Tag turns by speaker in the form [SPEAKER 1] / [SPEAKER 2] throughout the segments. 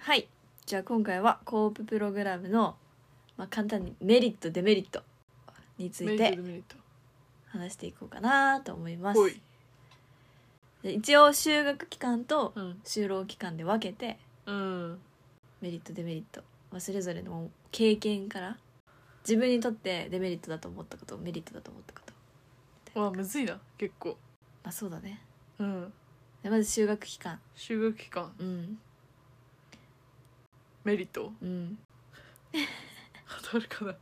[SPEAKER 1] はいじゃあ今回はコーププログラムの、まあ、簡単にメリットデメリットにつ
[SPEAKER 2] メ
[SPEAKER 1] い
[SPEAKER 2] リット
[SPEAKER 1] て
[SPEAKER 2] デメリット
[SPEAKER 1] 話していこうかなと思います
[SPEAKER 2] ほい
[SPEAKER 1] で一応就学期間と
[SPEAKER 2] うん
[SPEAKER 1] 就労期間で分けて
[SPEAKER 2] うん
[SPEAKER 1] メリットデメリット、まあ、それぞれの経験から自分にとってデメリットだと思ったことメリットだと思ったこと
[SPEAKER 2] わあむずいな結構
[SPEAKER 1] まあそうだね
[SPEAKER 2] うん
[SPEAKER 1] でまず就学期間
[SPEAKER 2] 修学期間
[SPEAKER 1] うん
[SPEAKER 2] メリット
[SPEAKER 1] うん
[SPEAKER 2] あとあるかな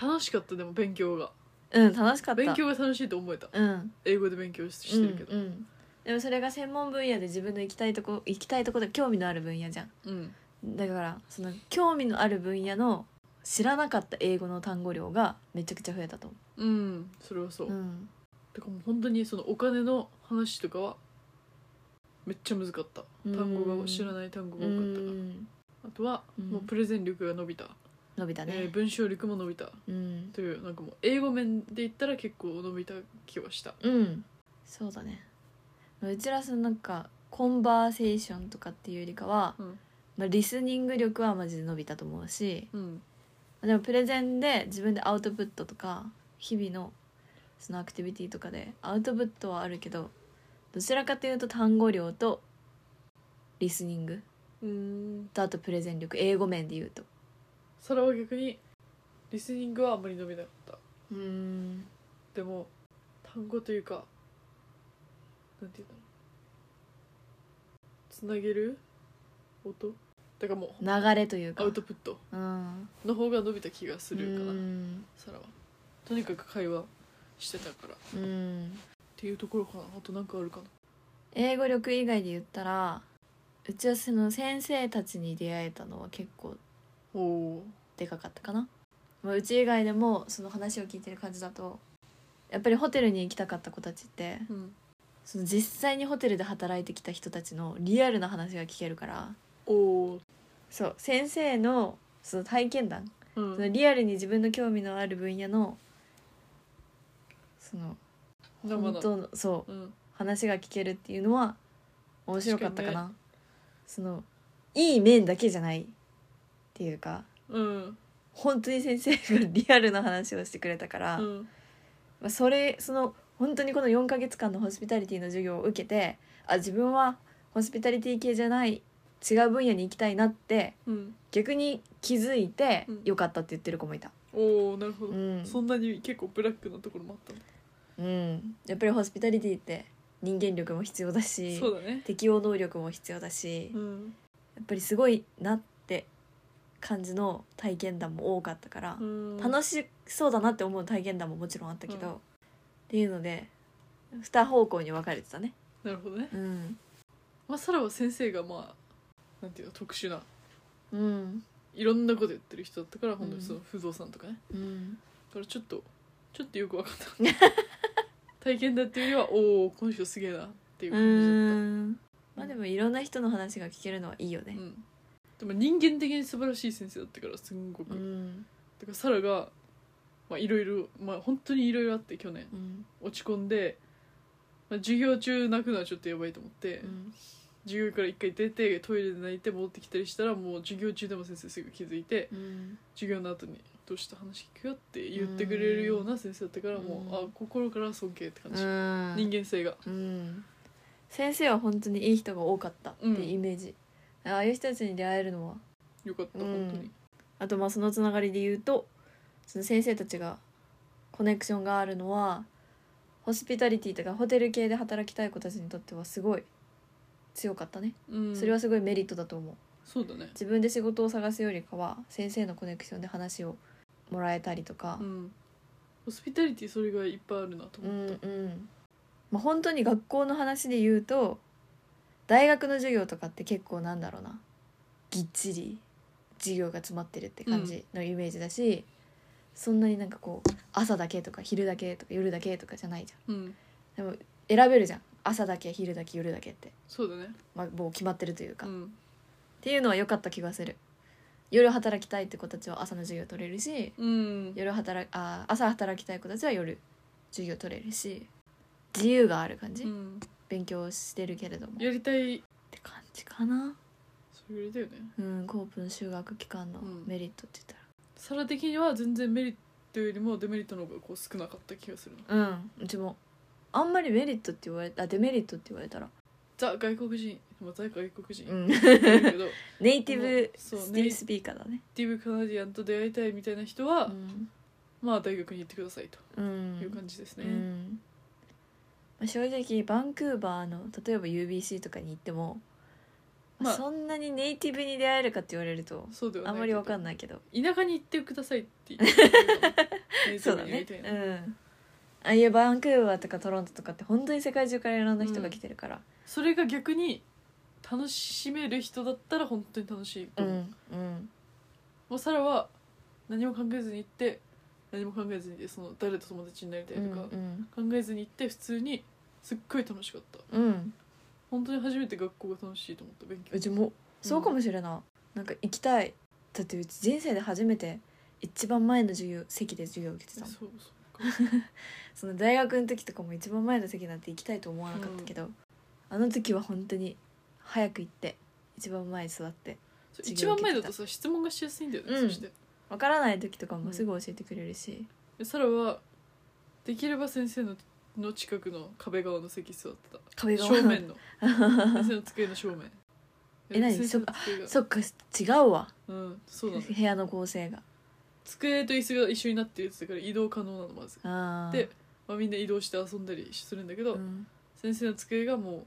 [SPEAKER 2] 楽しかったでも勉強が
[SPEAKER 1] うん楽しかった
[SPEAKER 2] 勉強が楽しいと思えた
[SPEAKER 1] うん
[SPEAKER 2] 英語で勉強ししてるけど
[SPEAKER 1] うんうんでもそれが専門分野で自分の行きたいとこ行きたいとこで興味のある分野じゃん
[SPEAKER 2] うん
[SPEAKER 1] だからその興味のある分野の知らなかった英語の単語量がめちゃくちゃ増えたと思、
[SPEAKER 2] うんそれはそうう、
[SPEAKER 1] ん、
[SPEAKER 2] てかもう本当にそのお金の話とかはめっちゃ難かった
[SPEAKER 1] うん
[SPEAKER 2] 単語が知らない単語が多かったからあとは
[SPEAKER 1] うん
[SPEAKER 2] もうプレゼン力が伸びた、
[SPEAKER 1] 伸びた
[SPEAKER 2] えー
[SPEAKER 1] ね、
[SPEAKER 2] 文章力も伸びた
[SPEAKER 1] うん、
[SPEAKER 2] というなんかもう英語面で言ったら結構伸びた気はした
[SPEAKER 1] うんそうだねうちらそのなんかコンバーセーションとかっていうよりかは、
[SPEAKER 2] うん
[SPEAKER 1] まあ、リスニング力はマジで伸びたと思うし
[SPEAKER 2] うん
[SPEAKER 1] でもプレゼンで自分でアウトプットとか日々のそのアクティビティとかでアウトプットはあるけどどちらかというと単語量とリスニング
[SPEAKER 2] うん
[SPEAKER 1] とあとプレゼン力英語面で言うと
[SPEAKER 2] それは逆にリスニングはあんまり伸びなかった
[SPEAKER 1] うん
[SPEAKER 2] でも単語というかなんていうんだろうつなげる音だからもう
[SPEAKER 1] 流れというか
[SPEAKER 2] アウトプット
[SPEAKER 1] うん
[SPEAKER 2] の方が伸びた気がするか
[SPEAKER 1] う
[SPEAKER 2] なんサラはとにかく会話してたからっ
[SPEAKER 1] うん
[SPEAKER 2] ていうところかなあとなんかあるかな
[SPEAKER 1] 英語力以外で言ったらうちはその先生たちに出会えたのは結構
[SPEAKER 2] おお
[SPEAKER 1] でかかったかな、まあ、うち以外でもその話を聞いてる感じだとやっぱりホテルに行きたかった子たちって
[SPEAKER 2] うん
[SPEAKER 1] その実際にホテルで働いてきた人たちのリアルな話が聞けるから
[SPEAKER 2] おお
[SPEAKER 1] そう先生のその体験談
[SPEAKER 2] う
[SPEAKER 1] その
[SPEAKER 2] ん
[SPEAKER 1] リアルに自分の興味のある分野のその
[SPEAKER 2] 生
[SPEAKER 1] 本
[SPEAKER 2] だ
[SPEAKER 1] 当のそう
[SPEAKER 2] うん
[SPEAKER 1] 話が聞けるっていうのは面白かったか
[SPEAKER 2] 確
[SPEAKER 1] な
[SPEAKER 2] か
[SPEAKER 1] そのいい面だけじゃないっていうか
[SPEAKER 2] うん
[SPEAKER 1] 本当に先生がリアルな話をしてくれたから、
[SPEAKER 2] う
[SPEAKER 1] ま
[SPEAKER 2] ん
[SPEAKER 1] あ、それその本当にこの4ヶ月間のホスピタリティの授業を受けてあ自分はホスピタリティ系じゃない違う分野に行きたいなって
[SPEAKER 2] うん
[SPEAKER 1] 逆に気づいて
[SPEAKER 2] うん
[SPEAKER 1] よかったって言ってる子もいた、
[SPEAKER 2] おおなるほ
[SPEAKER 1] う
[SPEAKER 2] ど、
[SPEAKER 1] ん
[SPEAKER 2] そんなに結構ブラックなところもあったんだ
[SPEAKER 1] うん、やっぱりホスピタリティって人間力も必要だし
[SPEAKER 2] そうだね
[SPEAKER 1] 適応能力も必要だし、
[SPEAKER 2] うん
[SPEAKER 1] やっぱりすごいなって感じの体験談も多かったから、
[SPEAKER 2] うん
[SPEAKER 1] 楽しそうだなって思う体験談ももちろんあったけど、
[SPEAKER 2] うん
[SPEAKER 1] っていうので二方向に分かれてたね
[SPEAKER 2] なるほどね
[SPEAKER 1] うん
[SPEAKER 2] まあサラは先生がまあなんていうの特殊な
[SPEAKER 1] うん
[SPEAKER 2] いろんなこと言ってる人だったから本当にその不動産とかね
[SPEAKER 1] うん
[SPEAKER 2] だからちょっとちょっとよく分かった 体験だっていうよりはおおこの人すげえなっていう
[SPEAKER 1] う
[SPEAKER 2] 感
[SPEAKER 1] んまあでもいろんな人の話が聞けるのはいいよ
[SPEAKER 2] じだ
[SPEAKER 1] ね
[SPEAKER 2] った、うん、でも人間的に素晴らしい先生だったからすんごく、
[SPEAKER 1] う
[SPEAKER 2] だ
[SPEAKER 1] ん
[SPEAKER 2] からサラがまあいろいろまあ本当にいろいろあって去年
[SPEAKER 1] うん
[SPEAKER 2] 落ち込んで、まあ、授業中泣くのはちょっとやばいと思って、
[SPEAKER 1] うん
[SPEAKER 2] 授業から一回出てトイレで泣いて戻ってきたりしたらもう授業中でも先生すぐ気づいて
[SPEAKER 1] うん
[SPEAKER 2] 授業の後に「どうした話聞くよ」って言ってくれるような先生だったからもう、
[SPEAKER 1] うん
[SPEAKER 2] あ心から尊敬って感じ、
[SPEAKER 1] うん
[SPEAKER 2] 人間性が
[SPEAKER 1] うん先生は本当にいい人が多かったっていうイメージ、ああいう人たちに出会えるのは
[SPEAKER 2] よかった、
[SPEAKER 1] うん
[SPEAKER 2] 本当に
[SPEAKER 1] あとまあそのつながりで言うとその先生たちがコネクションがあるのはホスピタリティとかホテル系で働きたい子たちにとってはすごい強かったね、
[SPEAKER 2] うん
[SPEAKER 1] それはすごいメリットだと思う
[SPEAKER 2] そうだね
[SPEAKER 1] 自分で仕事を探すよりかは先生のコネクションで話をもらえたりとか
[SPEAKER 2] うんホスピタリティそれがいっぱいあるなと
[SPEAKER 1] う
[SPEAKER 2] 思
[SPEAKER 1] ん
[SPEAKER 2] っ
[SPEAKER 1] う
[SPEAKER 2] た、
[SPEAKER 1] ん、まあ、本当に学校の話で言うと大学の授業とかって結構なんだろうなぎっちり授業が詰まってるって感じのイメージだし、そんなになんかこう朝だけとか昼だけとか夜だけとかじゃないじ
[SPEAKER 2] うん
[SPEAKER 1] ゃんでも選べるじゃん朝だけ昼だけ夜だけって、
[SPEAKER 2] そうだね
[SPEAKER 1] まあ、もう決まってるというか、
[SPEAKER 2] う
[SPEAKER 1] っ
[SPEAKER 2] ん
[SPEAKER 1] ていうのは良かった気がする夜働きたいって子たちは朝の授業取れるし
[SPEAKER 2] うん
[SPEAKER 1] 夜働きあー朝働きたい子たちは夜授業取れるし自由がある感じ、
[SPEAKER 2] うん
[SPEAKER 1] 勉強してるけれどもっ
[SPEAKER 2] やりたい
[SPEAKER 1] て感じかな
[SPEAKER 2] れぐらいだよね
[SPEAKER 1] うんコープの修学期間のメリットって言っ
[SPEAKER 2] サラ的には全然メリットよりもデメリットの方がこう少なかった気がするな
[SPEAKER 1] たらうんうちもあんまりメリットって言われあデメリットって言われたら
[SPEAKER 2] ザ外国人まあザ外国人
[SPEAKER 1] う
[SPEAKER 2] だ
[SPEAKER 1] ん
[SPEAKER 2] けど
[SPEAKER 1] ネイティブ
[SPEAKER 2] そう
[SPEAKER 1] ス
[SPEAKER 2] ネイ
[SPEAKER 1] スピーカーだね
[SPEAKER 2] ティブカナディアンと出会いたいみたいな人は、
[SPEAKER 1] うん
[SPEAKER 2] まあ大学に行ってくださいと
[SPEAKER 1] うん
[SPEAKER 2] いう感じですね、
[SPEAKER 1] うんまあ正直バンクーバーの例えば UBC とかに行っても、まあ
[SPEAKER 2] まあ
[SPEAKER 1] そんなにネイティブに出会えるかって言われると
[SPEAKER 2] そうではな
[SPEAKER 1] あ
[SPEAKER 2] い
[SPEAKER 1] んまりわか
[SPEAKER 2] なん
[SPEAKER 1] ないけど
[SPEAKER 2] い田舎に行ってくださいって言って
[SPEAKER 1] そうだね
[SPEAKER 2] み
[SPEAKER 1] う
[SPEAKER 2] たいな、
[SPEAKER 1] んああいうバンクーバーとかトロントとかって本当に世界中からいろんな人が来てるから
[SPEAKER 2] それが逆に楽しめる人だったら本当に楽しいと
[SPEAKER 1] う
[SPEAKER 2] 思う、
[SPEAKER 1] んうん
[SPEAKER 2] もうサラは何も考えずに行って何も考えずにその誰と友達になりたいとか、
[SPEAKER 1] うん
[SPEAKER 2] 考えずに行って普通にすっごい楽しかった
[SPEAKER 1] うん
[SPEAKER 2] 本当に初めて学校が楽しいと思った勉強
[SPEAKER 1] うちもそうかもしれない、なんか行きたいだってうち人生で初めて一番前の授業席で授業受けて
[SPEAKER 2] そ
[SPEAKER 1] た
[SPEAKER 2] う
[SPEAKER 1] もん
[SPEAKER 2] そうか
[SPEAKER 1] その大学の時とかも一番前の席なんて行きたいと思わなかったけど、あの時は本当に早く行って一番前に座って
[SPEAKER 2] そう一
[SPEAKER 1] 授業受
[SPEAKER 2] 番
[SPEAKER 1] けてた
[SPEAKER 2] 前だとさ質問がしやすいんだよね、
[SPEAKER 1] うん
[SPEAKER 2] そして
[SPEAKER 1] わからない時とかもすぐ教えてくれるし、
[SPEAKER 2] でサラはできれば先生のの近くの壁側の席座ってた
[SPEAKER 1] 壁が
[SPEAKER 2] 正面の先生の机の正面
[SPEAKER 1] え何
[SPEAKER 2] 先生の机 が
[SPEAKER 1] そっか違うわ
[SPEAKER 2] うんそうなの
[SPEAKER 1] 部屋の構成が
[SPEAKER 2] 机と椅子が一緒になってるやつだから移動可能なの まず、
[SPEAKER 1] あー
[SPEAKER 2] で、まあ、みんな移動して遊んだりするんだけど、
[SPEAKER 1] うん
[SPEAKER 2] 先生の机がもう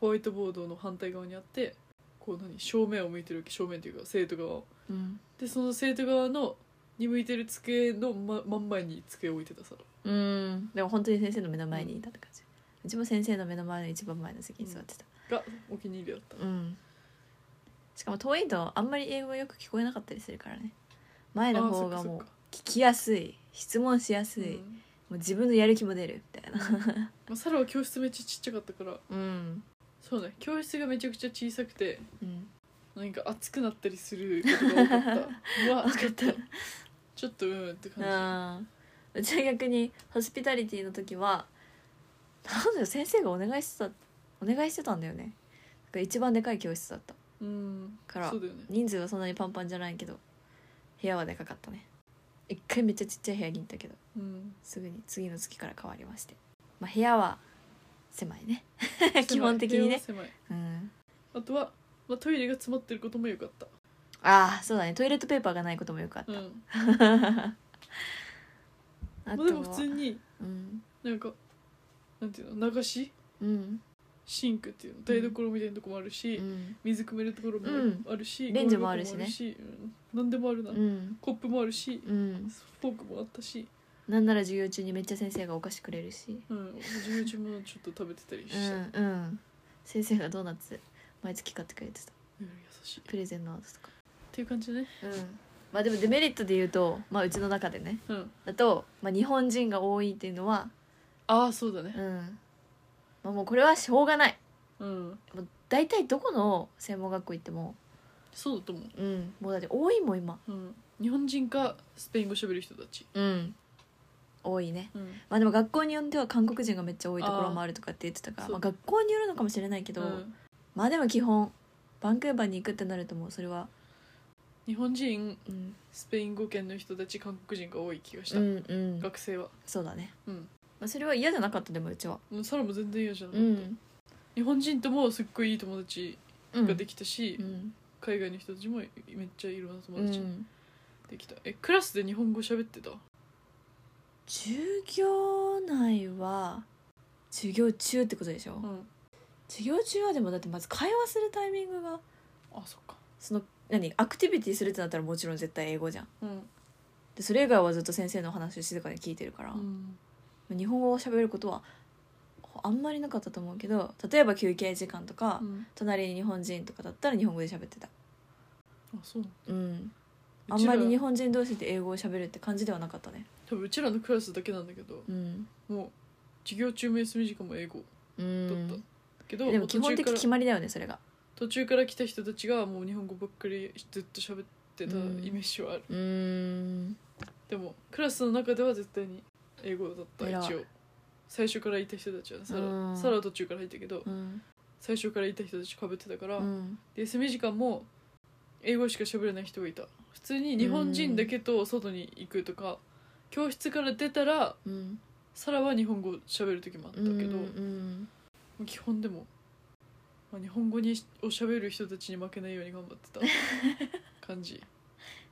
[SPEAKER 2] ホワイトボードの反対側にあってこう何正面を向いてるわけ正面というか生徒側を
[SPEAKER 1] うん
[SPEAKER 2] でその生徒側のに向いてる机の、ま、真ん前に机を置いてたさ
[SPEAKER 1] うんでも本当に先生の目の前にいたって感じ、うちも先生の目の前の一番前の席に座ってた
[SPEAKER 2] がお気に入りだった
[SPEAKER 1] うんしかも遠いとあんまり英語よく聞こえなかったりするからね前の方がもう聞きやすい質問しやすい、も
[SPEAKER 2] ま
[SPEAKER 1] う自分のやる気も出るみたいな
[SPEAKER 2] あ、サラは教室めっちゃちっちゃかったから
[SPEAKER 1] うん、
[SPEAKER 2] そうね教室がめちゃくちゃ小さくて
[SPEAKER 1] うん、
[SPEAKER 2] なんか熱くなったりすることが多 かったうわ熱かったちょっとうんって感
[SPEAKER 1] あーうちは逆にホスピタリティの時はなんだよ先生がお願いしてたお願いしてたんだよねなんか一番でかい教室だった
[SPEAKER 2] じうん
[SPEAKER 1] から
[SPEAKER 2] そうだよね
[SPEAKER 1] 人数はそんなにパンパンじゃないけど部屋はでかかったね一回めっちゃちっちゃい部屋に行ったけど
[SPEAKER 2] うん
[SPEAKER 1] すぐに次の月から変わりましてまあ部屋は狭いね 基本的にね
[SPEAKER 2] 狭い部屋は狭い
[SPEAKER 1] うん
[SPEAKER 2] あとは、まあ、トイレが詰まってることも良かった
[SPEAKER 1] ああそうだねトイレットペーパーがないこともよかった、
[SPEAKER 2] うん
[SPEAKER 1] あ
[SPEAKER 2] まあ、でも普通に
[SPEAKER 1] うん
[SPEAKER 2] なんかなんていうの流し
[SPEAKER 1] うん
[SPEAKER 2] シンクっていうの台所みたいなとこもあるし、
[SPEAKER 1] うん
[SPEAKER 2] 水汲めるところも
[SPEAKER 1] うん
[SPEAKER 2] あるし、
[SPEAKER 1] レンジもあるしね
[SPEAKER 2] ゴミ箱もあるしうん何でもあるな、
[SPEAKER 1] うん
[SPEAKER 2] コップもあるし、
[SPEAKER 1] うん
[SPEAKER 2] フォークもあったし、
[SPEAKER 1] なんなら授業中にめっちゃ先生がお菓子くれるし
[SPEAKER 2] うん、授業中もちょっと食べてたりし
[SPEAKER 1] う
[SPEAKER 2] た、
[SPEAKER 1] ん
[SPEAKER 2] うん
[SPEAKER 1] うん先生がドーナツ毎月買ってくれてた
[SPEAKER 2] 優しいっ
[SPEAKER 1] プレゼンの後とか
[SPEAKER 2] ていう感じね
[SPEAKER 1] うんまあでもデメリットで言うとまあうちの中でね
[SPEAKER 2] うん
[SPEAKER 1] だと、まあ、日本人が多いっていうのは
[SPEAKER 2] ああそうだね
[SPEAKER 1] うん、まあ、もうこれはしょうがない
[SPEAKER 2] うん
[SPEAKER 1] もう大体どこの専門学校行っても
[SPEAKER 2] そうだと思う、
[SPEAKER 1] うんもうだって多いもん今
[SPEAKER 2] うん、日本人かスペイン語喋る人たち、
[SPEAKER 1] うん多いね
[SPEAKER 2] うん
[SPEAKER 1] まあでも学校によっては韓国人がめっちゃ多いところもあるとかって言ってたから
[SPEAKER 2] あー
[SPEAKER 1] まあ、学校によるのかもしれないけど、
[SPEAKER 2] うん
[SPEAKER 1] まあでも基本バンクーバーに行くってなるともうそれは、
[SPEAKER 2] 日本人
[SPEAKER 1] うん、
[SPEAKER 2] スペイン語圏の人たち韓国人が多い気がし
[SPEAKER 1] う
[SPEAKER 2] た、
[SPEAKER 1] んうん
[SPEAKER 2] 学生は
[SPEAKER 1] そうだね、
[SPEAKER 2] うん
[SPEAKER 1] まあ、それは嫌じゃなかったでもうちは
[SPEAKER 2] うんサラも全然嫌じゃな
[SPEAKER 1] う
[SPEAKER 2] い、
[SPEAKER 1] ん
[SPEAKER 2] 日本人ともすっごいいい友達
[SPEAKER 1] うん
[SPEAKER 2] ができたし、
[SPEAKER 1] うん
[SPEAKER 2] 海外の人たちもめっちゃいろんな友
[SPEAKER 1] う
[SPEAKER 2] 達
[SPEAKER 1] ん
[SPEAKER 2] できた、えクラスで日本語喋ってた
[SPEAKER 1] 授業内は授業中ってことでしょ、
[SPEAKER 2] うん
[SPEAKER 1] 授業中はでもだってまず会話するタイミングが
[SPEAKER 2] あそっか
[SPEAKER 1] その何アクティビティするってなったらもちろん絶対英語じゃん
[SPEAKER 2] うん、
[SPEAKER 1] でそれ以外はずっと先生の話を静かに聞いてるから、
[SPEAKER 2] うん、
[SPEAKER 1] 日本語を喋ることはあんまりなかったと思うけど例えば休憩時間とか、
[SPEAKER 2] うん
[SPEAKER 1] 隣に日本人とかだったら日本語で喋ってた
[SPEAKER 2] あそう
[SPEAKER 1] うんあ
[SPEAKER 2] うんちら
[SPEAKER 1] まり日本人同士で英語を喋るって感じではなかったね
[SPEAKER 2] 多分うちらのクラスだけなんだけど
[SPEAKER 1] うん
[SPEAKER 2] もう授業中も休み時間も英語
[SPEAKER 1] う
[SPEAKER 2] だった、
[SPEAKER 1] ん
[SPEAKER 2] けど
[SPEAKER 1] で
[SPEAKER 2] も
[SPEAKER 1] も
[SPEAKER 2] う
[SPEAKER 1] 基
[SPEAKER 2] 途中
[SPEAKER 1] 本
[SPEAKER 2] か
[SPEAKER 1] 的
[SPEAKER 2] ら
[SPEAKER 1] 決まりだよねそれが
[SPEAKER 2] 途中から来た人たちがもう日本語ばっかりずっと喋ってたイ
[SPEAKER 1] うん
[SPEAKER 2] メージはある、
[SPEAKER 1] うん
[SPEAKER 2] でもクラスの中では絶対に英語だった
[SPEAKER 1] 偉い
[SPEAKER 2] 一応最初からいた人たちはねサラ,、
[SPEAKER 1] うん
[SPEAKER 2] サラは途中から入ったけど
[SPEAKER 1] うん
[SPEAKER 2] 最初からいた人たち被ってたから、
[SPEAKER 1] うん
[SPEAKER 2] で休み時間も英語しか喋れない人がいた普通に日本人だけと外に行くとか教室から出たら
[SPEAKER 1] うん
[SPEAKER 2] さらは日本語喋る時もあったけど、
[SPEAKER 1] うん
[SPEAKER 2] 基本でも、まあ、日本語にしを喋る人たちに負けないように頑張って た感じ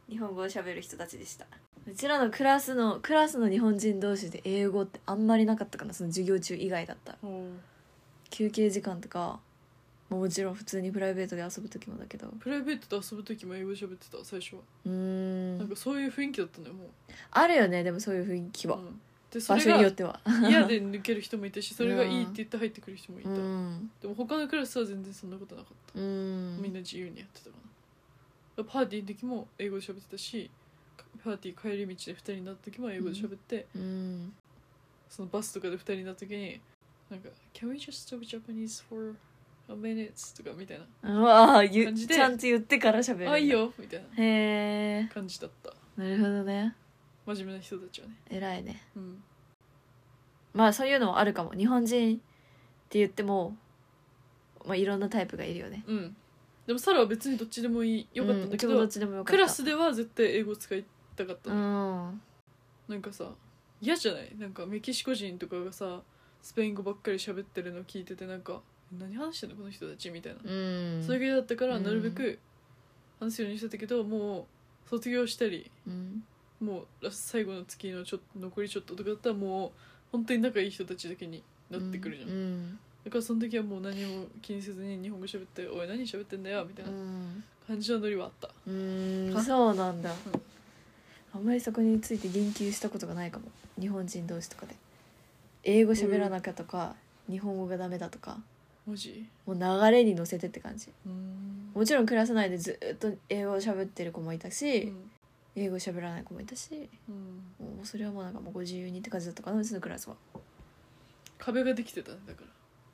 [SPEAKER 1] 日本語を喋る人たちでしたうちらのクラスのクラスの日本人同士で英語ってあんまりなかったかなその授業中以外だったら休憩時間とかまあもちろん普通にプライベートで遊ぶ時もだけど
[SPEAKER 2] プライベートで遊ぶ時も英語喋ってた最初は、
[SPEAKER 1] うー
[SPEAKER 2] なん
[SPEAKER 1] ん
[SPEAKER 2] かそういう雰囲気だったのよもう、
[SPEAKER 1] あるよねでもそういう雰囲気は
[SPEAKER 2] うんでそ
[SPEAKER 1] 場
[SPEAKER 2] れ
[SPEAKER 1] 所によ
[SPEAKER 2] が
[SPEAKER 1] っては
[SPEAKER 2] 嫌で抜ける人もいたしそれがいいって言って入ってくる人もいた、
[SPEAKER 1] うん
[SPEAKER 2] でも他のクラスは全然そんなことなかった、
[SPEAKER 1] う
[SPEAKER 2] み
[SPEAKER 1] ん
[SPEAKER 2] んな自由にやってたかなパーティーの時も英語で喋ってたしパーティー帰り道で2人になった時も英語で喋って、
[SPEAKER 1] うん
[SPEAKER 2] そのバスとかで2人になった時になんか「Can we just talk Japanese for a minute?」とかみたいな「
[SPEAKER 1] うわあゆ
[SPEAKER 2] 感じで
[SPEAKER 1] ちゃんと言ってから喋るんだ
[SPEAKER 2] あいいよ」みたいな
[SPEAKER 1] へえ
[SPEAKER 2] 感じだった
[SPEAKER 1] なるほどね
[SPEAKER 2] 真面目な人たちはね
[SPEAKER 1] 偉いね
[SPEAKER 2] うん
[SPEAKER 1] まあそういうのもあるかも日本人って言っても、まあ、いろんなタイプがいるよね
[SPEAKER 2] うんでもサラは別にどっちでもいいよかったんだけ
[SPEAKER 1] うんうち
[SPEAKER 2] ど,、
[SPEAKER 1] もどっちでもよかった
[SPEAKER 2] クラスでは絶対英語使いたかった
[SPEAKER 1] う
[SPEAKER 2] の、
[SPEAKER 1] ん
[SPEAKER 2] なんかさ嫌じゃないなんかメキシコ人とかがさスペイン語ばっかり喋ってるの聞いててなんか「何話してんのこの人たち」みたいな、
[SPEAKER 1] うん
[SPEAKER 2] それぐらいだったから
[SPEAKER 1] うん
[SPEAKER 2] なるべく話すようにしてたけど、もう卒業したり
[SPEAKER 1] うん
[SPEAKER 2] もうラス最後の月のちょっと残りちょっととかだったらもう本当に仲いい人たちだけになってくるじゃん、
[SPEAKER 1] うん
[SPEAKER 2] だからその時はもう何も気にせずに日本語喋って「おい何喋ってんだよ」みたいうなん感じのノリはあった
[SPEAKER 1] うん
[SPEAKER 2] か
[SPEAKER 1] そうなんだあんまりそこについて言及したことがないかも日本人同士とかで英語喋らなきゃとか、日本語がダメだとか
[SPEAKER 2] 文字
[SPEAKER 1] もう流れに乗せてって感じ
[SPEAKER 2] うん
[SPEAKER 1] もちろんクラス内でずっと英語を喋ってる子もいたし、
[SPEAKER 2] うん
[SPEAKER 1] 英語喋らない子もいたし
[SPEAKER 2] うん
[SPEAKER 1] もうそれはもうなんかもうご自由にって感じだったかなうちのクラスは
[SPEAKER 2] 壁ができてたねだから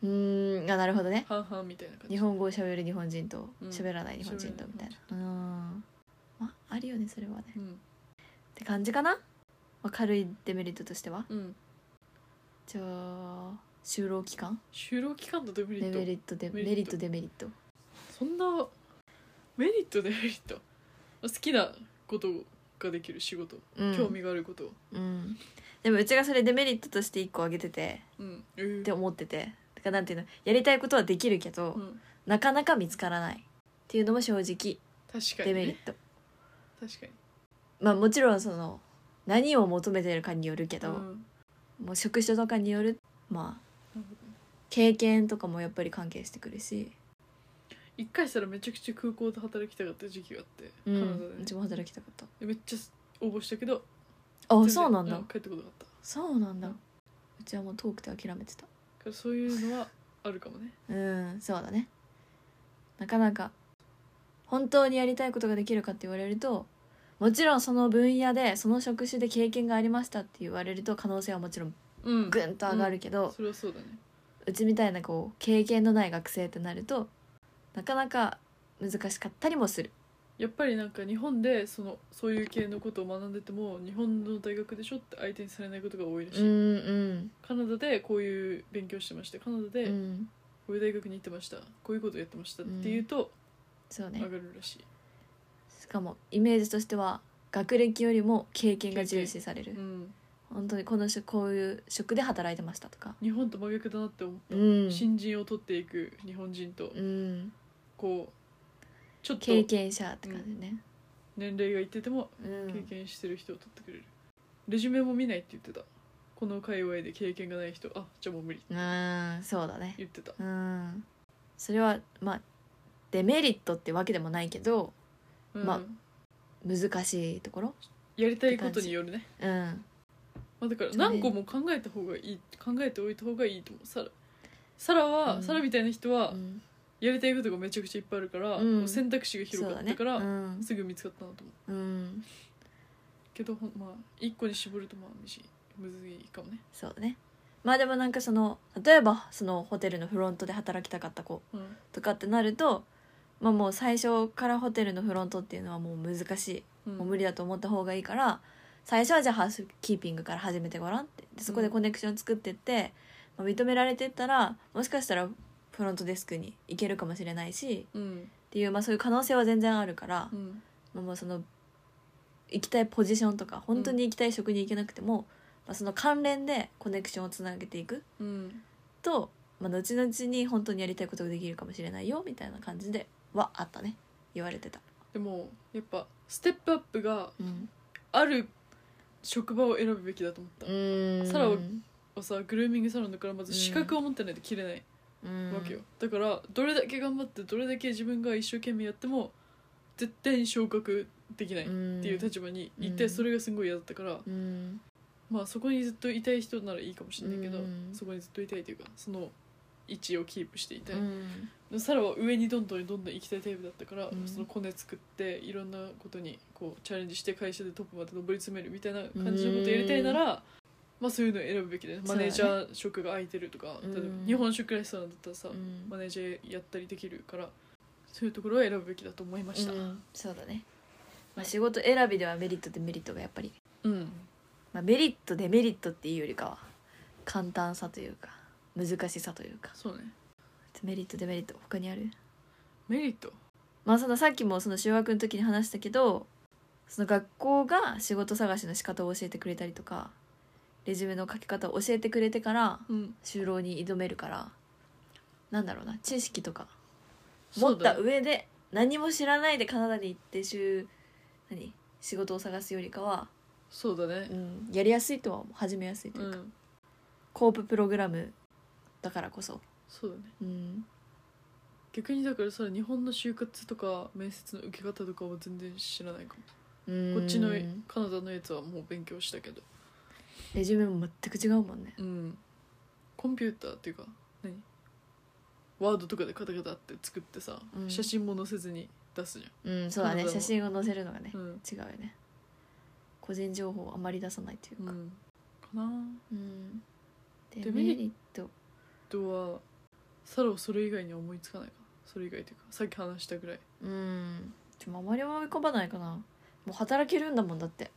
[SPEAKER 1] うーんあなるほどね
[SPEAKER 2] 半々みたいな感じ
[SPEAKER 1] 日本語を喋る日本人と
[SPEAKER 2] うん
[SPEAKER 1] 喋らない日本人とみたいなうんまああるよねそれはね
[SPEAKER 2] うん
[SPEAKER 1] って感じかな、まあ、軽いデメリットとしては
[SPEAKER 2] うん
[SPEAKER 1] じゃあ就労期間
[SPEAKER 2] 就労期間のデメリ
[SPEAKER 1] デメ
[SPEAKER 2] ット
[SPEAKER 1] リットで
[SPEAKER 2] メ
[SPEAKER 1] メ
[SPEAKER 2] リ
[SPEAKER 1] リ
[SPEAKER 2] ッ
[SPEAKER 1] ッ
[SPEAKER 2] ト
[SPEAKER 1] トデメリット
[SPEAKER 2] そんなメリットデメリット好きなことができる仕事、
[SPEAKER 1] うん
[SPEAKER 2] 興味があること
[SPEAKER 1] うんでもうちがそれデメリットとして一個挙げてて
[SPEAKER 2] うんえー
[SPEAKER 1] って思っててだからなんていうのやりたいことはできるけど、
[SPEAKER 2] うん、
[SPEAKER 1] なかなか見つからないっていうのも正直
[SPEAKER 2] 確か
[SPEAKER 1] デ
[SPEAKER 2] に、
[SPEAKER 1] メリッ
[SPEAKER 2] ね、
[SPEAKER 1] ト、
[SPEAKER 2] 確かに
[SPEAKER 1] まあもちろんその何を求めてるかによるけど、
[SPEAKER 2] うん
[SPEAKER 1] もう職種とかによるまあ
[SPEAKER 2] なるほど
[SPEAKER 1] 経験とかもやっぱり関係してくるし、
[SPEAKER 2] 一回したらめちゃくちゃ空港で働きたかった時期があって、
[SPEAKER 1] う
[SPEAKER 2] カナダで
[SPEAKER 1] ん、う
[SPEAKER 2] ね
[SPEAKER 1] ちも働きたかった
[SPEAKER 2] でめっちゃ応募したけど
[SPEAKER 1] あ
[SPEAKER 2] 全然
[SPEAKER 1] そうなんだ、
[SPEAKER 2] 帰ってことがあっただ
[SPEAKER 1] そうなんだ
[SPEAKER 2] う
[SPEAKER 1] うんちはもう遠くて諦めてた
[SPEAKER 2] からそういうのはあるかもね
[SPEAKER 1] うんそうだねなかなか本当にやりたいことができるかって言われるともちろんその分野でその職種で経験がありましたって言われると可能性はもちろん
[SPEAKER 2] うん
[SPEAKER 1] ぐんと上がるけど、
[SPEAKER 2] それはそうだね
[SPEAKER 1] うちみたいなこう経験のない学生ってなるとなかなか難しかったりもする
[SPEAKER 2] やっぱりなんか日本でそのそういう系のことを学んでても日本の大学でしょって相手にされないことが多いらしい、
[SPEAKER 1] うん
[SPEAKER 2] カナダでこういう勉強してましたカナダ
[SPEAKER 1] う
[SPEAKER 2] でこ
[SPEAKER 1] ん
[SPEAKER 2] ういう大学に行ってましたこういうことやってましたっていうと
[SPEAKER 1] そう
[SPEAKER 2] 上
[SPEAKER 1] ね
[SPEAKER 2] がるらしい、
[SPEAKER 1] しかもイメージとしては学歴よりも経験が重視され
[SPEAKER 2] う
[SPEAKER 1] る
[SPEAKER 2] ん、
[SPEAKER 1] 本当にこのしこういう職で働いてましたとか
[SPEAKER 2] 日本と真逆だなって思った、
[SPEAKER 1] うん
[SPEAKER 2] 新人を取っていく日本人と
[SPEAKER 1] うん
[SPEAKER 2] こうちょっと
[SPEAKER 1] 経験者って感じね
[SPEAKER 2] 年齢がいってても
[SPEAKER 1] う
[SPEAKER 2] 経
[SPEAKER 1] ん
[SPEAKER 2] 験してる人を取ってくれる、レジュメも見ないって言ってたこの界隈で経験がない人あじゃあもう無理
[SPEAKER 1] うんそうだね
[SPEAKER 2] 言ってた
[SPEAKER 1] うんそれはまあデメリットってわけでもないけど
[SPEAKER 2] うん
[SPEAKER 1] まあ難しいところ
[SPEAKER 2] やりたいことによるね、
[SPEAKER 1] うん
[SPEAKER 2] まあ、だから
[SPEAKER 1] そうね
[SPEAKER 2] 何個も考えた方がいい考えておいた方がいいと思うサラサラは、
[SPEAKER 1] うん
[SPEAKER 2] サラみたいな人は
[SPEAKER 1] うん
[SPEAKER 2] やりたいことがめちゃくちゃいっぱいあるから、
[SPEAKER 1] うん
[SPEAKER 2] もう選択肢が広
[SPEAKER 1] そう
[SPEAKER 2] か
[SPEAKER 1] だ
[SPEAKER 2] っ
[SPEAKER 1] ね
[SPEAKER 2] たから、
[SPEAKER 1] うん
[SPEAKER 2] すぐ見つかったなと思う
[SPEAKER 1] うん
[SPEAKER 2] けどほんまあ一個に絞るとまあむしむずいかもね、
[SPEAKER 1] そうだねまあでもなんかその例えばそのホテルのフロントで働きたかった子
[SPEAKER 2] うん、
[SPEAKER 1] とかってなるとまあもう最初からホテルのフロントっていうのはもう難しい、
[SPEAKER 2] うん
[SPEAKER 1] もう無理だと思った方がいいから最初はじゃあハウスキーピングから始めてごらんってでそこでコネクション作ってって、まあ認められてったらもしかしたらフロントデスクに行けるかもしれないし
[SPEAKER 2] うん
[SPEAKER 1] っっていう、まあ、そういう可能性は全然あるから、
[SPEAKER 2] うん
[SPEAKER 1] まあ、もうその行きたいポジションとか本当に行きたい職に行けなくても、まあ、その関連でコネクションをつなげていく
[SPEAKER 2] うん
[SPEAKER 1] と、まあ、後々に本当にやりたいことができるかもしれないよみたいな感じではあったね言われてた。
[SPEAKER 2] でもやっぱステップアップが
[SPEAKER 1] うん
[SPEAKER 2] ある職場を選ぶべきだと思った、さらををさグルーミングサロンだからまず資格を持ってないと切れないわけよ、だからどれだけ頑張ってどれだけ自分が一生懸命やっても絶対に昇格できないっ
[SPEAKER 1] って
[SPEAKER 2] いう立場にい
[SPEAKER 1] うん
[SPEAKER 2] てそれがすごい嫌だったから
[SPEAKER 1] うん
[SPEAKER 2] まあそこにずっといたい人ならいいかもしれないけど
[SPEAKER 1] うん
[SPEAKER 2] そこにずっといたいというかその位置をキープしていた
[SPEAKER 1] う
[SPEAKER 2] い
[SPEAKER 1] ん
[SPEAKER 2] でサラは上にどんどんどんどん行きたいタイプだったから、
[SPEAKER 1] うん
[SPEAKER 2] そのコネ作っていろんなことにこうチャレンジして会社でトップまで上り詰めるみたいな感じのことやりたいなら、まあそういうのを選ぶべきだよね
[SPEAKER 1] そ
[SPEAKER 2] マ
[SPEAKER 1] うだね
[SPEAKER 2] ネージャー職が空いてるとか、
[SPEAKER 1] うん
[SPEAKER 2] 例えば日本食レストランだったらさ、
[SPEAKER 1] うん
[SPEAKER 2] マネージャーやったりできるからそういうところを選ぶべきだと思いました
[SPEAKER 1] う。んそうだね、まあ、仕事選びではメリットデメリットがやっぱり、
[SPEAKER 2] うん
[SPEAKER 1] まあ、メリットデメリットっていうよりかは簡単さというか難しさというか
[SPEAKER 2] そうね
[SPEAKER 1] メリットデメリット他にある
[SPEAKER 2] メリット
[SPEAKER 1] まあそのさっきもその修学の時に話したけどその学校が仕事探しの仕方を教えてくれたりとかレジュメの書き方を教えてくれてから
[SPEAKER 2] うん
[SPEAKER 1] 就労に挑めるからなんだろうな知識とか持
[SPEAKER 2] そ
[SPEAKER 1] っ
[SPEAKER 2] うだ
[SPEAKER 1] た
[SPEAKER 2] ね
[SPEAKER 1] 上で何も知らないでカナダに行って就何仕事を探すよりかは、
[SPEAKER 2] そうだね
[SPEAKER 1] うん、やりやすいとは思う始めやすいと
[SPEAKER 2] う
[SPEAKER 1] いうか、
[SPEAKER 2] ん
[SPEAKER 1] コーププログラムだからこそ、
[SPEAKER 2] そうだね
[SPEAKER 1] うん、
[SPEAKER 2] 逆にだからさ日本の就活とか面接の受け方とかは全然知らないかもこっちの
[SPEAKER 1] うん
[SPEAKER 2] カナダのやつはもう勉強したけど
[SPEAKER 1] レジュメも全く違うもんね
[SPEAKER 2] うんコンピューターっていうか何ワードとかでカタカタって作ってさ、
[SPEAKER 1] うん
[SPEAKER 2] 写真も載せずに出すじ
[SPEAKER 1] うんそうだね
[SPEAKER 2] カナダ
[SPEAKER 1] 写
[SPEAKER 2] も
[SPEAKER 1] 真を載せるのがね
[SPEAKER 2] ゃんうん、
[SPEAKER 1] 違うよね個人情報をあまり出さないという
[SPEAKER 2] う
[SPEAKER 1] か、
[SPEAKER 2] ん、かなあ
[SPEAKER 1] うんデ
[SPEAKER 2] デ
[SPEAKER 1] メ
[SPEAKER 2] メリッ
[SPEAKER 1] リ
[SPEAKER 2] ト
[SPEAKER 1] ット
[SPEAKER 2] あとはサロそれ以外には思いつかないかなそれ以外というかさっき話したぐらい
[SPEAKER 1] うんでもあまり思い浮かばないかなもう働けるんだもんだって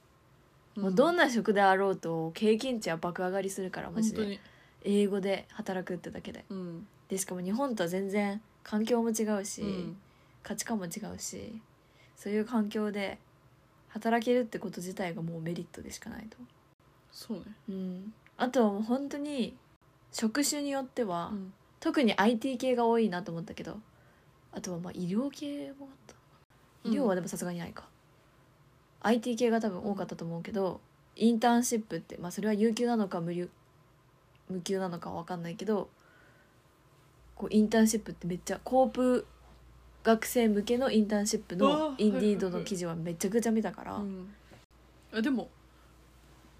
[SPEAKER 1] もうどん
[SPEAKER 2] な
[SPEAKER 1] な職であろうと経験値は爆上がりするからマ
[SPEAKER 2] 本
[SPEAKER 1] ジ
[SPEAKER 2] 当
[SPEAKER 1] で
[SPEAKER 2] に
[SPEAKER 1] 英語で働くってだけで
[SPEAKER 2] うん、
[SPEAKER 1] でしかも日本とは全然環境も違うし、
[SPEAKER 2] うん
[SPEAKER 1] 価値観も違うしそういう環境で働けるってこと自体がもうメリットでしかないと、
[SPEAKER 2] そうね
[SPEAKER 1] うん、あとはもう本当に職種によっては、
[SPEAKER 2] うん
[SPEAKER 1] 特に IT 系が多いなと思ったけどあとはまあ医療系もあった医療はでもさすがにないか、IT 系が多分多かったと思うけどインターンシップって、まあ、それは有給なのか無料無給なのかは分かんないけどこうインターンシップってめっちゃコープ学生向けのインターンシップ
[SPEAKER 2] う
[SPEAKER 1] の
[SPEAKER 2] わ
[SPEAKER 1] インディードの記事はめちゃくちゃ見たから、
[SPEAKER 2] うんあでも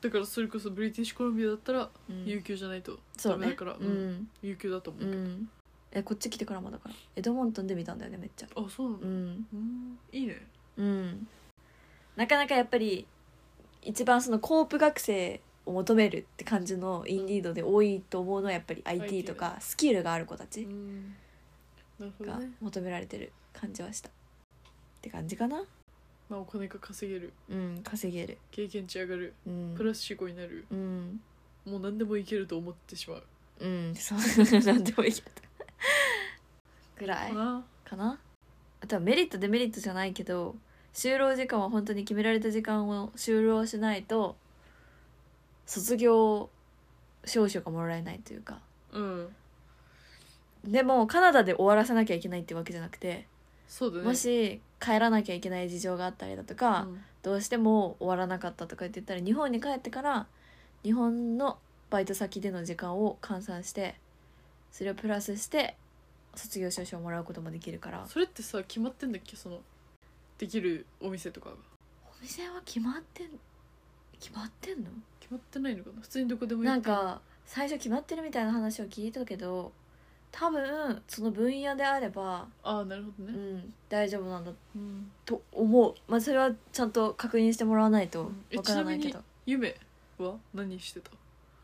[SPEAKER 2] だからそれこそブリティッシュコロンビアだったら
[SPEAKER 1] うん
[SPEAKER 2] 有給じゃないと
[SPEAKER 1] そう
[SPEAKER 2] ダメ
[SPEAKER 1] ね
[SPEAKER 2] だから
[SPEAKER 1] う、
[SPEAKER 2] うん有給だと思う
[SPEAKER 1] う
[SPEAKER 2] けど、
[SPEAKER 1] ん、えこっち来てからもだからエドモントンで見たんだよねめっちゃ
[SPEAKER 2] あそうなん
[SPEAKER 1] う
[SPEAKER 2] だ、
[SPEAKER 1] ん
[SPEAKER 2] うん、いいね
[SPEAKER 1] うん、なかなかやっぱり一番そのコープ学生を求めるって感じのインディードで多いと思うのはやっぱり IT とかスキルがある子た
[SPEAKER 2] う
[SPEAKER 1] ち
[SPEAKER 2] んなるほど
[SPEAKER 1] が
[SPEAKER 2] ね
[SPEAKER 1] 求められてる感じはしたって感じかな
[SPEAKER 2] まあお金が稼げる
[SPEAKER 1] うん稼げる
[SPEAKER 2] 経験値上がる
[SPEAKER 1] うん
[SPEAKER 2] プラス思考になる、
[SPEAKER 1] うん、
[SPEAKER 2] もう何でもいけると思ってしまう
[SPEAKER 1] うん、そう なんでもいいけどぐらい
[SPEAKER 2] かな
[SPEAKER 1] かなあとはメリットデメリットじゃないけど就労時間は本当に決められた時間を就労しないと卒業証書がもらえないというか
[SPEAKER 2] うん
[SPEAKER 1] でもカナダで終わらせなきゃいけないってわけじゃなくて、
[SPEAKER 2] そうだね
[SPEAKER 1] もし帰らなきゃいけない事情があったりだとか、
[SPEAKER 2] うん
[SPEAKER 1] どうしても終わらなかったとか言って言ったら日本に帰ってから日本のバイト先での時間を換算してそれをプラスして卒業証書をもらうこともできるから
[SPEAKER 2] それってさ決まってんだっけそのできるお店とかが
[SPEAKER 1] お店は決まってん決まってんの
[SPEAKER 2] 決まってないのかな普通にどこでもや
[SPEAKER 1] な
[SPEAKER 2] っ
[SPEAKER 1] ん
[SPEAKER 2] てる
[SPEAKER 1] か最初決まってるみたいな話を聞いたけど多分その分野であれば、
[SPEAKER 2] ああなるほど
[SPEAKER 1] う
[SPEAKER 2] ね、
[SPEAKER 1] ん、大丈夫なんだ
[SPEAKER 2] うん、
[SPEAKER 1] と思う、まあ、それはちゃんと確認してもらわないと
[SPEAKER 2] うんえ
[SPEAKER 1] わからないけ
[SPEAKER 2] ちなみ
[SPEAKER 1] ど
[SPEAKER 2] 夢は何してた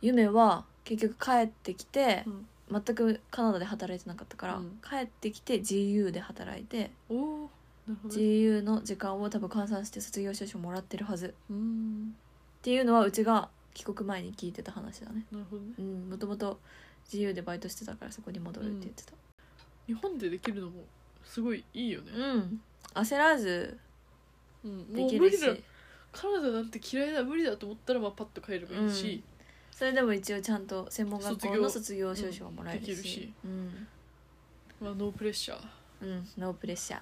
[SPEAKER 1] 夢は結局帰ってきて、
[SPEAKER 2] うん
[SPEAKER 1] 全くカナダで働いてなかったから、
[SPEAKER 2] うん
[SPEAKER 1] 帰ってきて GU で働いて
[SPEAKER 2] おおなるほどね
[SPEAKER 1] GU の時間を多分換算して卒業証書もらってるはずっ
[SPEAKER 2] うん
[SPEAKER 1] ていうのはうちが帰国前に聞いてた話だね
[SPEAKER 2] なるほどね
[SPEAKER 1] うんもともと GU でバイトしてたからそこに戻るって言ってた、
[SPEAKER 2] 日本でできるのもすごいいいよね、
[SPEAKER 1] うん焦らず
[SPEAKER 2] うん、
[SPEAKER 1] で
[SPEAKER 2] もう
[SPEAKER 1] き
[SPEAKER 2] 無
[SPEAKER 1] る
[SPEAKER 2] 理
[SPEAKER 1] し
[SPEAKER 2] だカナダなんて嫌いだ無理だと思ったらまあパッと帰ればいいし、
[SPEAKER 1] それでも一応ちゃんと専門学校の卒業証書はもらえるし,、
[SPEAKER 2] うんできるし
[SPEAKER 1] うん
[SPEAKER 2] まあ、ノープレッシャー
[SPEAKER 1] うん、ノープレッシャーっ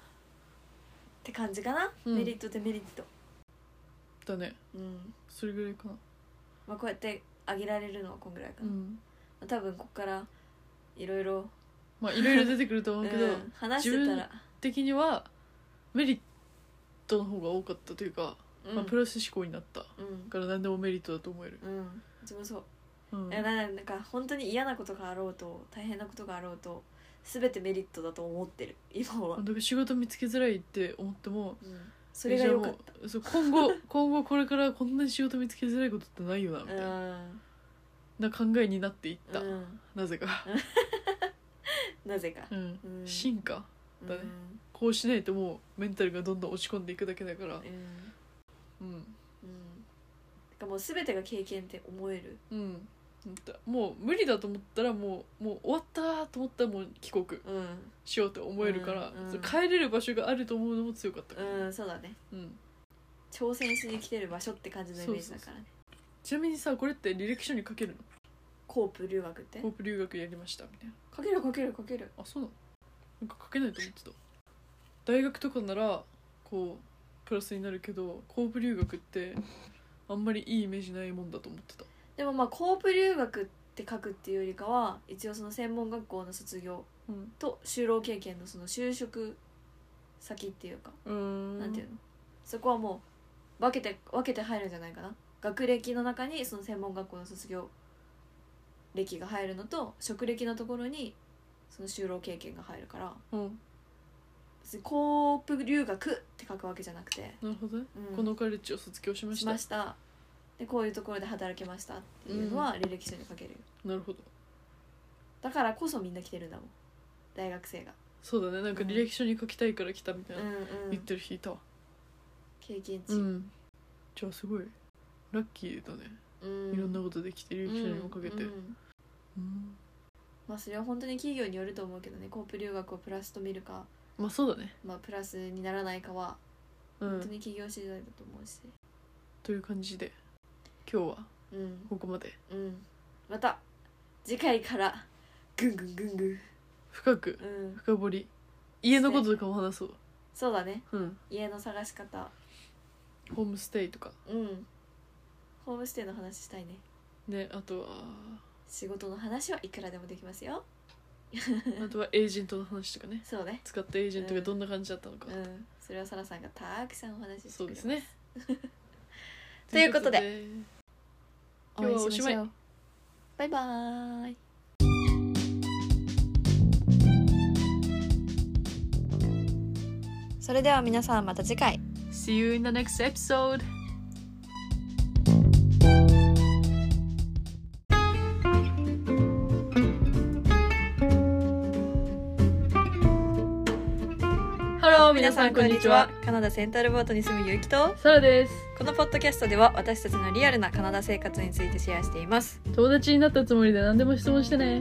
[SPEAKER 1] て感じかな、
[SPEAKER 2] うん
[SPEAKER 1] メリットデメリット
[SPEAKER 2] だね
[SPEAKER 1] うん、
[SPEAKER 2] それぐらいかな、
[SPEAKER 1] まあ、こうやってあげられるのはこんぐらいかな、ま
[SPEAKER 2] ん、
[SPEAKER 1] あ、多分こっからいろいろ
[SPEAKER 2] まあいろいろ出てくると思うけど、
[SPEAKER 1] 話してたら、
[SPEAKER 2] 的にはメリットの方が多かったというか、
[SPEAKER 1] うん
[SPEAKER 2] まあ、プラス思考になっただ
[SPEAKER 1] うん
[SPEAKER 2] から何でもメリットだと思える、
[SPEAKER 1] うんうちもそう、
[SPEAKER 2] うん
[SPEAKER 1] いやななんか本当に嫌なことがあろうと大変なことがあろうと全てメリットだと思ってる 今は、
[SPEAKER 2] だから仕事見つけづらいって思っても
[SPEAKER 1] うん、それが良かっ
[SPEAKER 2] えじゃあもうそう今後 今後これからこんなに仕事見つけづらいことってないよなみ
[SPEAKER 1] たう
[SPEAKER 2] たいな,、
[SPEAKER 1] ん
[SPEAKER 2] な考えになっていった、
[SPEAKER 1] うん
[SPEAKER 2] なぜか、
[SPEAKER 1] なぜか、
[SPEAKER 2] うん
[SPEAKER 1] うん
[SPEAKER 2] 進化
[SPEAKER 1] う
[SPEAKER 2] だね
[SPEAKER 1] ん
[SPEAKER 2] こうしないともうメンタルがどんどん落ち込んでいくだけだから
[SPEAKER 1] うん
[SPEAKER 2] うん
[SPEAKER 1] うんてかもう全てが経験って思える
[SPEAKER 2] うんなんかもう無理だと思ったらもうもう終わったと思ったらもう帰国
[SPEAKER 1] うん、
[SPEAKER 2] しようって思えるから、
[SPEAKER 1] うんうん
[SPEAKER 2] そう帰れる場所があると思うのも強かったから、
[SPEAKER 1] うん、そうだね
[SPEAKER 2] うん
[SPEAKER 1] 挑戦しに来てる場所って感じのイメージだからね
[SPEAKER 2] ちなみにさこれって履歴書に書けるの
[SPEAKER 1] コープ留学って
[SPEAKER 2] コープ留学やりましたみたいな
[SPEAKER 1] かけるかけるかける
[SPEAKER 2] あそうなのなんか書けないと思ってた大学とかならこうプラスになるけどコープ留学ってあんまりいいイメージないもんだと思ってた
[SPEAKER 1] でもまあコープ留学って書くっていうよりかは一応その専門学校の卒業
[SPEAKER 2] うん
[SPEAKER 1] と就労経験のその就職先っていうか、
[SPEAKER 2] うん
[SPEAKER 1] なんていうのそこはもう分けて分けて入るんじゃないかな学歴の中にその専門学校の卒業歴が入るのと職歴のところにその就労経験が入るから
[SPEAKER 2] うん
[SPEAKER 1] 別にコープ留学って書くわけじゃなくて、
[SPEAKER 2] なるほどね、
[SPEAKER 1] うん
[SPEAKER 2] このカレッジを卒業しまし
[SPEAKER 1] したましたでこういうところで働けましたっていうのは履歴書に書けるよ、
[SPEAKER 2] なるほど
[SPEAKER 1] だからこそみんな来てるんだもん大学生が、
[SPEAKER 2] そうだねなんか履歴書に書きたいから来たみたいな、
[SPEAKER 1] うんう
[SPEAKER 2] 言っ
[SPEAKER 1] ん、
[SPEAKER 2] てる人いたわ
[SPEAKER 1] 経験値、
[SPEAKER 2] うんじゃあすごいラッキーだね
[SPEAKER 1] うん
[SPEAKER 2] いろんなことできて履歴書にもかけ
[SPEAKER 1] う
[SPEAKER 2] て
[SPEAKER 1] んうん
[SPEAKER 2] うん
[SPEAKER 1] まあそれは本当に企業によると思うけどねコープ留学をプラスと見るか、
[SPEAKER 2] まあそうだね
[SPEAKER 1] まあ、プラスにならないかは
[SPEAKER 2] う
[SPEAKER 1] 本当
[SPEAKER 2] ん
[SPEAKER 1] に企業次第だと思うし
[SPEAKER 2] という感じで今日は
[SPEAKER 1] うん
[SPEAKER 2] ここまで
[SPEAKER 1] うんまた次回からぐんぐんぐんぐん
[SPEAKER 2] 深く
[SPEAKER 1] うん
[SPEAKER 2] 深掘り家のこととかも話そう
[SPEAKER 1] そうだね
[SPEAKER 2] うん
[SPEAKER 1] 家の探し方
[SPEAKER 2] ホームステイとか
[SPEAKER 1] うんホームステイの話したいね
[SPEAKER 2] ねあとは
[SPEAKER 1] 仕事の話はいくらでもできますよ
[SPEAKER 2] あとはエージェントの話とかね
[SPEAKER 1] そうね
[SPEAKER 2] 使ったエージェントがどんな感じだったのか、
[SPEAKER 1] うんそれはサラさんがたくさんお話しして
[SPEAKER 2] そう
[SPEAKER 1] くれま
[SPEAKER 2] で
[SPEAKER 1] す
[SPEAKER 2] ね
[SPEAKER 1] ということで
[SPEAKER 2] 今日はおしま
[SPEAKER 1] お会いしまし
[SPEAKER 2] い
[SPEAKER 1] ょうバイバーイそれでは皆さんまた次回
[SPEAKER 2] See you in the next episode Hello 皆さんこんにちは
[SPEAKER 1] カナダセンタルボートに住むゆうきと
[SPEAKER 2] サラです
[SPEAKER 1] このポッドキャストでは私たちのリアルなカナダ生活についてシェアしています
[SPEAKER 2] 友達になったつもりで何でも質問してね